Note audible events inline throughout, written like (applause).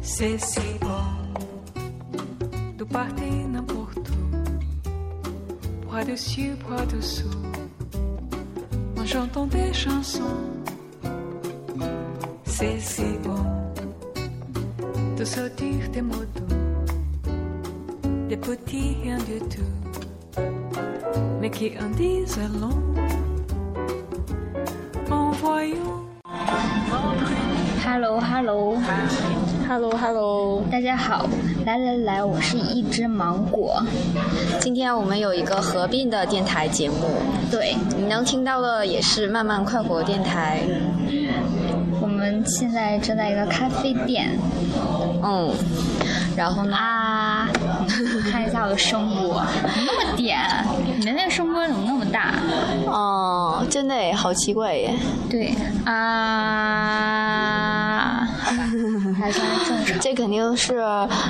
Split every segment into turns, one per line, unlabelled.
C'est si bon de partir n'importe où, bras dessus, bras dessous. Moi j'entends des chansons. C'est si bon de sortir des motos, des petits rien du tout, mais qui en disent long en voyant.
Hello Hello
Hello Hello，
大家好，来来来，我是一只芒果。
今天我们有一个合并的电台节目，
对，
你能听到的也是慢慢快活电台。
我们现在正在一个咖啡店
嗯，然后呢？
啊，看一下我的声波，怎么那么点？你的那个声波怎么那么大？
哦，真的耶好奇怪耶，
对
(laughs)
啊，好吧还算是正常。
这肯定是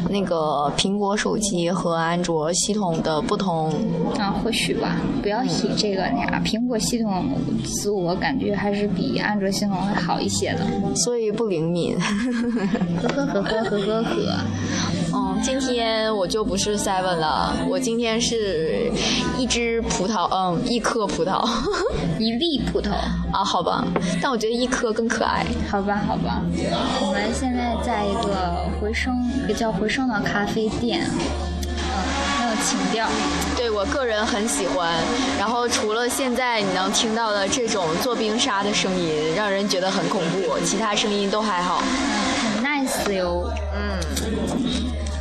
那个苹果手机和安卓系统的不同。
啊，或许吧，不要提这个那啥，苹果系统自我感觉还是比安卓系统会好一些的。
所以不灵敏。
呵呵呵呵呵呵，
嗯，今天我就不是 seven 了，我今天是一只葡萄，嗯，一颗葡萄 (laughs)
一粒葡萄。
啊，好吧，但我觉得一颗更可爱。
好吧，好吧，我们现在在一个回声，一个叫回声的咖啡店，嗯，很有情调。
对我个人很喜欢。然后除了现在你能听到的这种做冰沙的声音，让人觉得很恐怖，其他声音都还好。
很 nice 哟。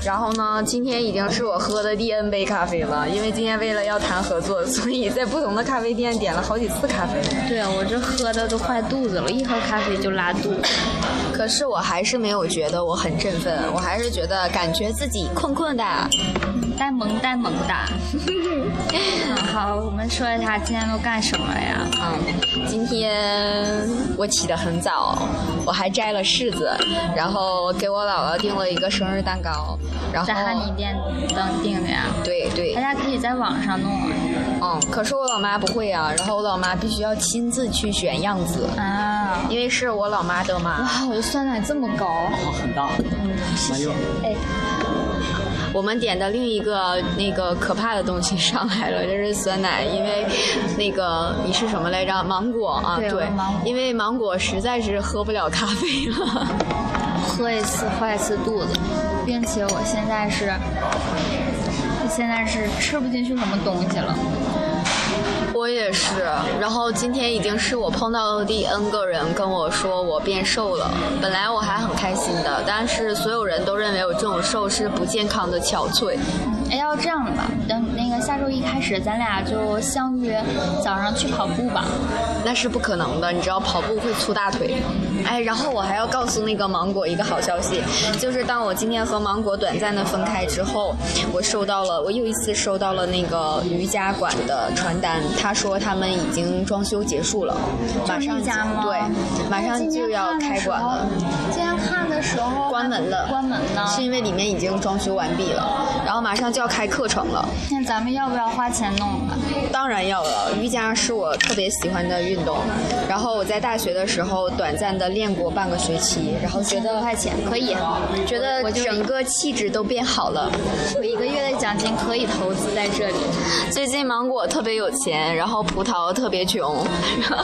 然后呢，今天已经是我喝的第 N 杯咖啡了，因为今天为了要谈合作，所以在不同的咖啡店点了好几次咖啡。
对啊我这喝的都坏肚子了，一喝咖啡就拉肚子。
可是我还是没有觉得我很振奋，我还是觉得感觉自己困困的。
呆萌呆萌 (laughs) 哒。好，我们说一下今天都干什么了呀？
嗯，今天我起得很早，我还摘了柿子，然后给我姥姥订了一个生日蛋糕，然后
在汉尼店等定的呀。
对对
大，家可以在网上弄啊
嗯，可是我老妈不会啊，然后我老妈必须要亲自去选样子，
啊。
因为是我老妈的妈。
哇，我的酸奶这么高，
哦
很大，
嗯，谢谢。哎，
我们点的另一个那个可怕的东西上来了，就是酸奶，因为那个你是什么来着？芒果啊，
对
对，
我芒果
因为芒果实在是喝不了咖啡了。
喝一次坏一次肚子，并且我现在是，我现在是吃不进去什么东西了。
我也是，然后今天已经是我碰到的第 N 个人跟我说我变瘦了，本来我还很开心的，但是所有人都认为我这种瘦是不健康的憔悴。
哎，要这样吧，等那个下周一开始，咱俩就相约早上去跑步吧。
那是不可能的，你知道跑步会粗大腿。哎，然后我还要告诉那个芒果一个好消息，就是当我今天和芒果短暂的分开之后，我收到了，我又一次收到了那个瑜伽馆的传单，他说他们已经装修结束了，马
就是
上
那
就
家吗？
对，马上就要开馆了。。
今天看的时候
关门了
关门呢。
是因为里面已经装修完毕了，然后马上就要开课程了。
那咱们要不要花钱弄啊？
当然要了，瑜伽是我特别喜欢的运动。然后我在大学的时候短暂的练过半个学期，然后觉得
块钱
可以，觉得
我就
整个气质都变好了。
我一个月的奖金可以投资在这里。
最近芒果特别有钱，然后葡萄特别穷，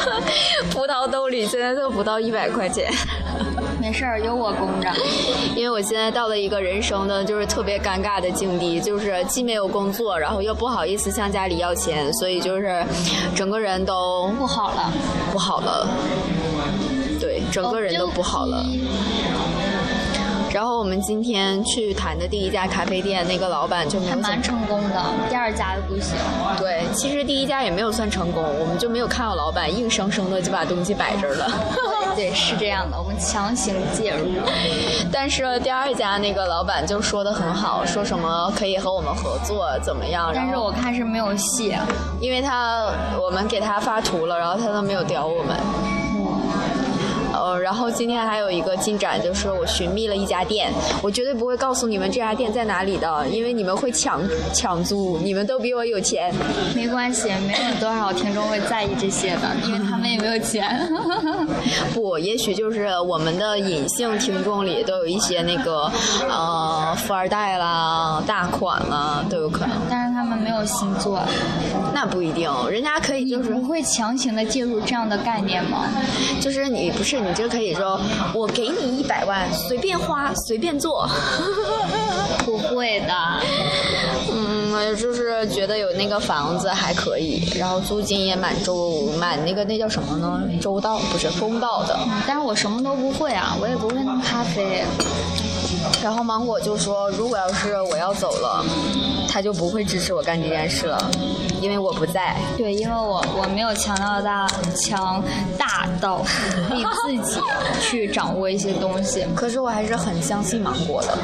(laughs) 葡萄兜里现在就不到一百块钱。
没事儿，有我供着。
因为我现在到了一个人生的就是特别尴尬的境地，就是既没有工作，然后又不好意思向家里要钱，所以就是整个人都
不好了，
不好了，对，整个人
哦
都不好了。然后我们今天去谈的第一家咖啡店，那个老板就没
还
有想
蛮成功的，第二家就不
(laughs)
行。
对，其实第一家也没有算成功，我们就没有看到老板硬生生的就把东西摆这儿了。 (laughs)
对，是这样的，我们强行介入。
但是第二家那个老板就说的很好，说什么可以和我们合作怎么样？然
但
后
是我看是没有戏。
因为他我们给他发图了，然后他都没有屌我们。呃，然后今天还有一个进展，就是我寻觅了一家店，我绝对不会告诉你们这家店在哪里的，因为你们会抢抢租，你们都比我有钱。
没关系，没有多少听众会在意这些的，因为他们也没有钱。 (laughs)
不，也许就是我们的隐性听众里都有一些那个呃富二代啦、大款啦都有可能，
但是他们没有星座，
那不一定，人家可以就是
不会强行的介入这样的概念吗？
就是你不是你这可以说，我给你一百万，随便花，随便做。
不会的，
嗯，就是觉得有那个房子还可以，然后租金也蛮周蛮那个那叫什么呢？周到不是公道的。
嗯但是我什么都不会啊，我也不会弄咖啡。
然后芒果就说，如果要是我要走了，他就不会支持我干这件事了，因为我不在。
对，因为我我没有强到大强大到可以自己去掌握一些东西。 (laughs)
可是我还是很相信芒果的，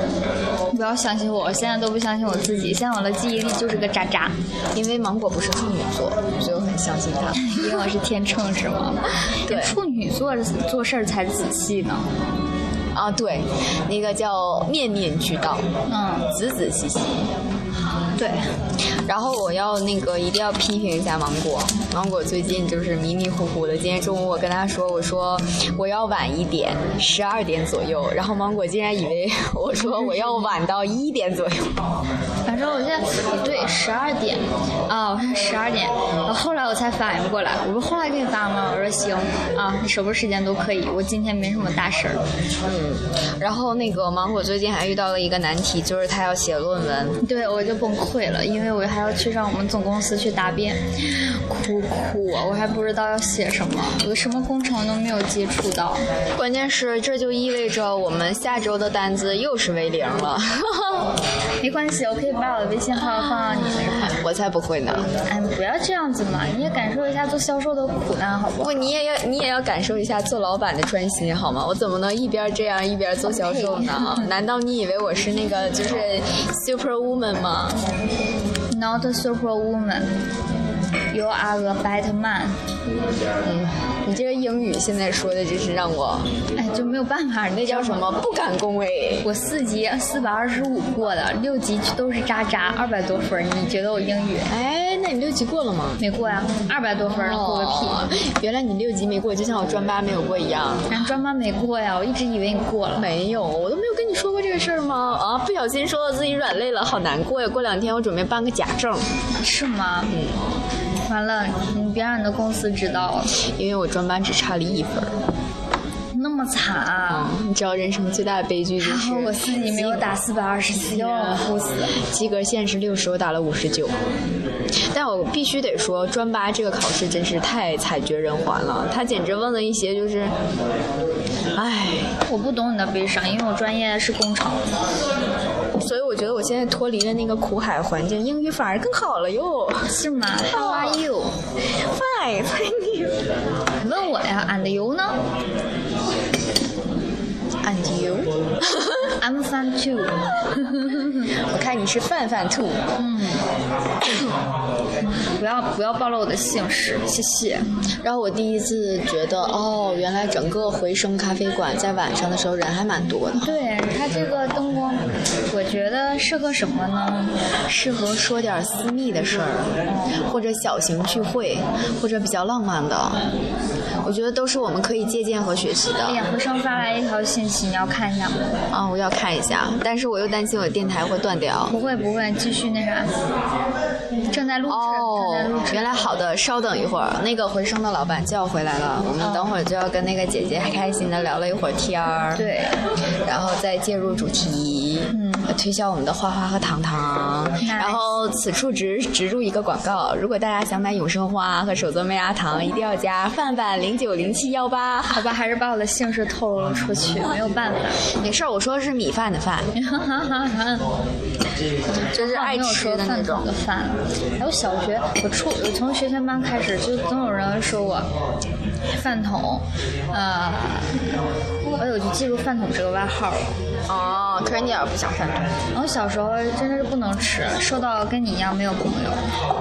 不要相信我，我现在都不相信我自己，现在我的记忆力就是个渣 (laughs) 渣，
因为芒果不是处女座，所以我很相信他。
因为我是天秤是吗？
对
处女座做事儿才仔细呢。
啊，对，那个叫面面俱到，
嗯，
仔仔细细。
对，
然后我要那个一定要批评一下芒果，芒果最近就是迷迷糊糊的。今天中午我跟他说，我说我要晚一点，十二点左右。然后芒果竟然以为我说我要晚到一点左右。
反正我现在对十二点，啊、我说十二点，然后后来我才反应过来，我不是后来给你发吗？我说行，啊，你什么时间都可以，我今天没什么大事儿。
然后那个芒果最近还遇到了一个难题，就是他要写论文。
对，我就崩溃了，因为我还要去上我们总公司去答辩，哭哭啊！我还不知道要写什么，我什么工程都没有接触到。
关键是这就意味着我们下周的单子又是为零了。 (laughs)
没关系，我可以把我的微信号放到你那块儿。
我才不会呢！
哎，不要这样子嘛，你也感受一下做销售的苦难，好不好？
不，你也要你也要感受一下做老板的专心好吗？我怎么能一边这样一边做销售 (laughs) 呢？难道你以为我是那个就是 super woman 吗？
Not a superwoman. You are a better man.
你这个英语现在说的真是让我
哎，就没有办法，那
那叫什么不敢恭维。
我四级四百二十五过的，六级都是渣渣，二百多分儿。你觉得我英语
哎，那你六级过了吗？
没过呀、2二百多分儿过个屁！
屁！原来你六级没过，就像我专八没有过一样。
俺专八没过呀，我一直以为你过了。
没有，我都没有跟你说过这个事儿吗？啊，不小心说到自己软肋了，好难过呀！过两天我准备办个假证，
是吗？完了，你别让你的公司知道，
因为我专八只差了一分儿。
那么惨、啊。
嗯，你知道人生最大的悲剧就
然
是
后我四级没有打四百二十四，要让我哭死。
及格线是六十，我打了五十九。但我必须得说，专八这个考试真是太惨绝人寰了，他简直问了一些就是，唉，
我不懂你的悲伤，因为我专业是工程。
所以我觉得我现在脱离了那个苦海环境，英语反而更好了哟。
是吗？How are you？
Fine, thank you.
你问我呀，and you 呢
And you？
？I'm fine too
我看你是范范兔。
不要不要暴露我的姓氏，谢谢。
然后我第一次觉得，哦，原来整个回声咖啡馆在晚上的时候人还蛮多的。
对它这个灯光，我觉得适合什么呢？
适合说点私密的事儿，或者小型聚会，或者比较浪漫的，我觉得都是我们可以借鉴和学习的
哎。呀，回声发来一条信息，你要看一下吗？
啊、我要看一下，但是我又担心我电台会断掉。
不会不会，继续那啥，正在录制，正在录
哦，
制。
原来好的，稍等一会儿，那个回声的老板就要回来了，我们等会儿就要跟那个姐姐开心的聊了一会儿天儿，，
对，
然后再介入主题，嗯，推销我们的花花和糖糖，
Nice
然后此处植植入一个广告，如果大家想买永生花和手作麦芽糖，一定要加范范零九零七幺八。
好吧，还是把我的姓氏透露了出去，没有办
(laughs)
法。
没事儿，我说啊是米饭的饭，
哈哈哈哈！
就是
没
爱
有
吃
说
的那
饭
种
桶。的饭了。哎，我小学，我初，我从学前班开始，就总有人说我饭桶，呃，哎，我就记住饭桶这个外号了。
哦，可是你点儿不想饭团。
我小时候真的是不能吃，瘦到跟你一样没有朋友。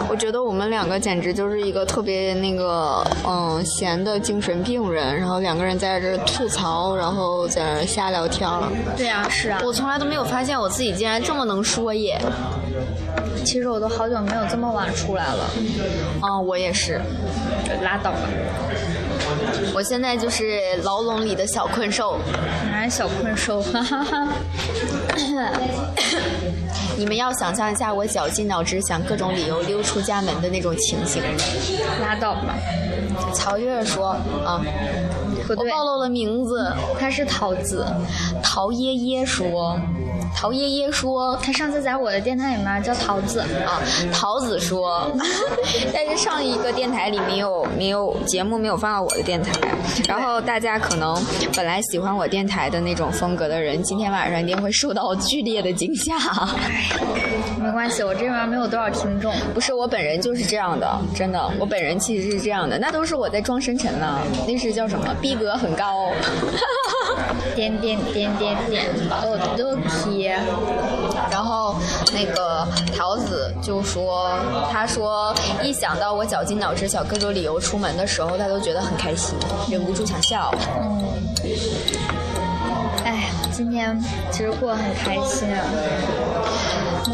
我觉得我们两个简直就是一个特别那个嗯闲的精神病人，然后两个人在这吐槽，然后在这瞎聊天儿。
对啊，是啊，
我从来都没有发现我自己竟然这么能说耶。
其实我都好久没有这么晚出来了，
嗯，我也是，
拉倒吧。
我现在就是牢笼里的小困兽。
哪小困兽？ (laughs) 哈哈哈。
你们要想象一下我绞尽脑汁想各种理由溜出家门的那种情形。
拉倒吧。
曹月说：“啊，
不
我
对，
暴露了名字。
他是桃子。”
陶耶耶说：“陶耶耶说
哦他上次在我的电台里面叫桃子。
啊，桃子说， (laughs) 但是上一个电台里没有没有节目没有放到我的电台，然后大家可能本来喜欢我电台的那种风格的人，今天晚上一定会受到剧烈的惊吓。 (laughs)
没关系，我这边没有多少听众。
不是我本人就是这样的，真的，我本人其实是这样的，那都是我在装深沉了，那是叫什么？逼格很高。哦 (laughs)
点点点点点，哦，都贴。
然后那个桃子就说，他说一想到我绞尽脑汁想各种理由出门的时候，他都觉得很开心，忍不住想笑。
哎，今天其实过得很开心啊。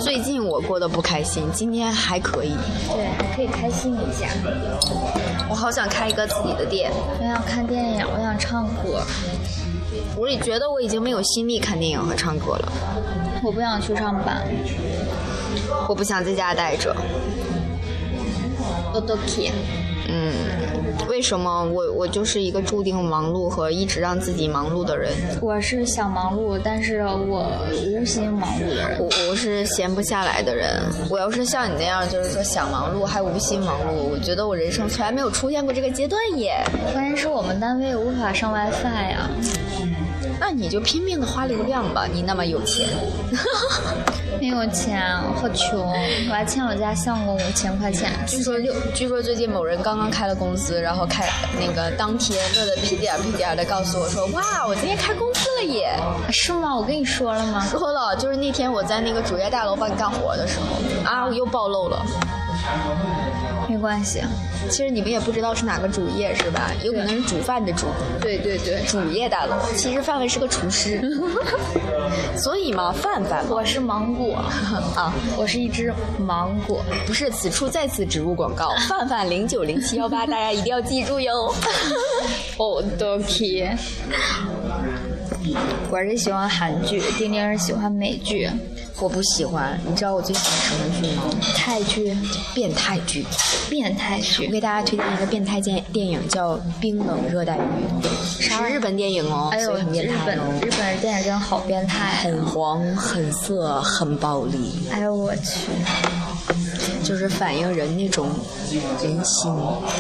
最近我过得不开心，今天还可以。
对，还可以开心一下。
我好想开一个自己的店，
我想看电影，我想唱歌，
我也觉得我已经没有心力看电影和唱歌了，
我不想去上班。
我不想在家待着。
都都贴。
嗯，为什么我我就是一个注定忙碌和一直让自己忙碌的人？
我是想忙碌，但是我无心忙碌的人。
我我是闲不下来的人，我要是像你那样，就是说想忙碌还无心忙碌，我觉得我人生从来没有出现过这个阶段耶。
关键是我们单位无法上啊 WiFi 呀、
那你就拼命的花流量吧，你那么有钱。 (laughs)
没有钱，好穷，我还欠我家相公五千块钱。
据说六，据说最近某人刚刚开了公司，然后开那个当天乐得屁颠儿屁颠儿的告诉我说，哇，我今天开公司了耶。
是吗？我跟你说了吗？
说了，就是那天我在那个主业大楼帮你干活的时候啊，我又暴露了。
没关系。
其实你们也不知道是哪个主业是吧？有可能是煮饭的煮。
对对对，
主业大楼，其实范范是个
(laughs)
厨师，所以嘛，范范嘛
我是芒果，
啊，
(laughs) 我是一只芒果。
不是此处再次植入广
(laughs)
告，范范零九零七幺八，大家一定要记住哟。
哦，Doki。我是喜欢韩剧，丁丁是喜欢美剧、
我不喜欢，你知道我最喜欢什么剧吗？
泰剧、
变态剧。
变态
我
剧。
给大家推荐一个变态电电影，叫《冰冷热带鱼》，是日本电影哦，
哎呦，
所以很变
日
态
本
哦，
日本人电影真的好变态、
很黄、很色、很暴力，
哎呦我去，
就是反映人那种人心、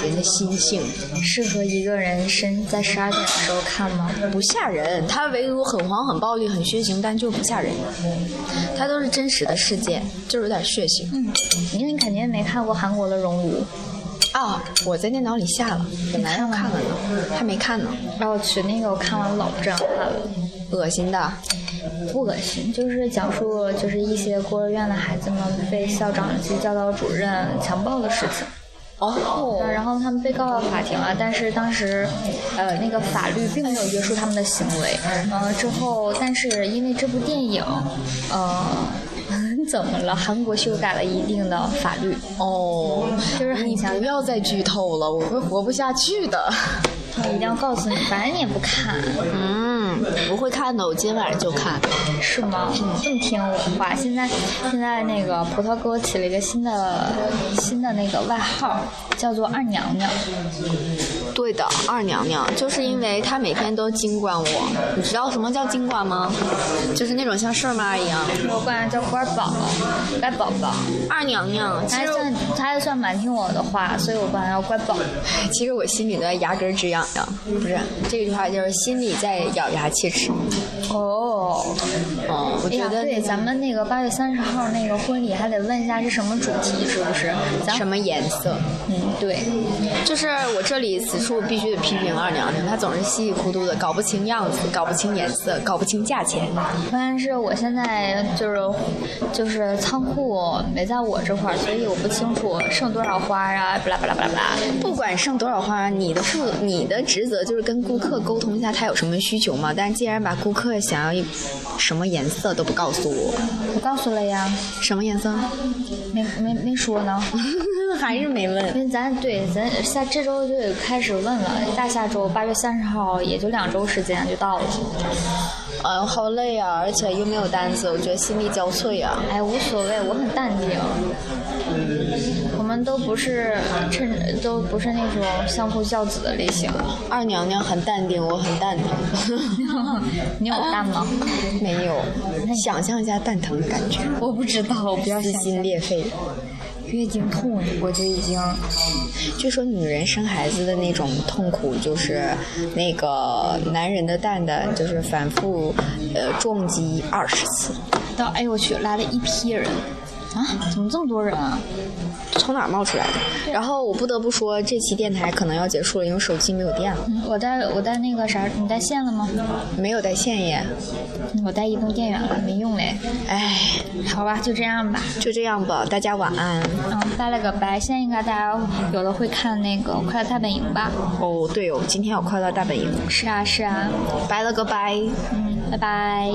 人的心性。
适合一个人深在十二点的时候看吗？
不吓人，它唯独很黄、很暴力、很血腥，但就不吓人。它都是真实的事件，就是有点血腥
嗯，因为你肯定没看过韩国的《熔炉》。
啊！我在电脑里下了，本来要看了呢，还没看呢，
哎我去，那个我看完老震撼了。
恶心的。
不恶心，就是讲述就是一些孤儿院的孩子们被校长及教导主任强暴的事情。
哦
然后他们被告到法庭了，但是当时，呃，那个法律并没有约束他们的行为。呃，之后，但是因为这部电影，呃， (laughs) 怎么了？韩国修改了一定的法律，
哦，
就是很
你
强
不要再剧透了，我会活不下去的。
我一定要告诉你，反正你也不看，
嗯，不会看的，我今晚上就看。
是吗？这么听我的话，现在现在那个葡萄给我起了一个新的新的那个外号，叫做二娘娘。
对的，二娘娘就是因为她每天都经管我，你知道什么叫经管吗？就是那种像事儿妈一样。
我管她叫官宝，乖宝宝，
二娘娘，
她
其
还
实
算她还算蛮听我的话，所以我管她叫乖宝。
(laughs) 其实我心里的牙根儿直痒痒，不是这句话就是心里在咬牙牙切齿。
哦，
哦，我
哎
觉
呀，
得
对，咱们那个八月三十号那个婚礼还得问一下是什么主题，是不是？咱
什么颜色？
嗯，对，
就是我这里此处必须得批评二娘娘，她总是稀里糊涂的，搞不清样子，搞不清颜色，搞不清价钱。
关键是我现在就是就是仓库没在我这块儿，所以我不清楚剩多少花啊，巴拉巴拉巴拉巴拉。
不管剩多少花，你的负你的职责就是跟顾客沟通一下他有什么需求嘛。但既然把顾客想要一什么颜色都不告诉我，
我告诉了呀，
什么颜色
没没没说 (laughs) 呢。
嗯还是没问。
因为咱对咱下这周就得开始问了，大下周八月三十号也就两周时间就到了。
呃，好累啊，而且又没有单子，我觉得心力交瘁啊。
哎，无所谓，我很淡定。我们都不是趁都不是那种相夫教子的类型。 (laughs)
二娘娘很淡定，我很蛋疼。
你有淡吗？
(laughs) 没有，想象一下蛋疼的感觉，
(laughs) 我不知道，我不要
撕
想 (laughs)
心裂肺。
月经痛，我就已经
据说女人生孩子的那种痛苦，就是那个男人的蛋蛋就是反复呃撞击二十次。
到哎呦我去，来了一批人啊！怎么这么多人啊？
从哪儿冒出来的？然后我不得不说，这期电台可能要结束了，因为手机没有电了，
嗯我带我带那个啥，你带线了吗？
没有带线耶。
嗯我带移动电源了，没用嘞。
唉，
好吧，就这样吧。
哎就这样吧，大家晚安。
嗯，拜了个拜。现在应该大家有的会看那个《快乐大本营》吧？
哦，对哦，今天有快乐大本营，
是啊，是啊。
拜了个拜。
嗯，拜拜。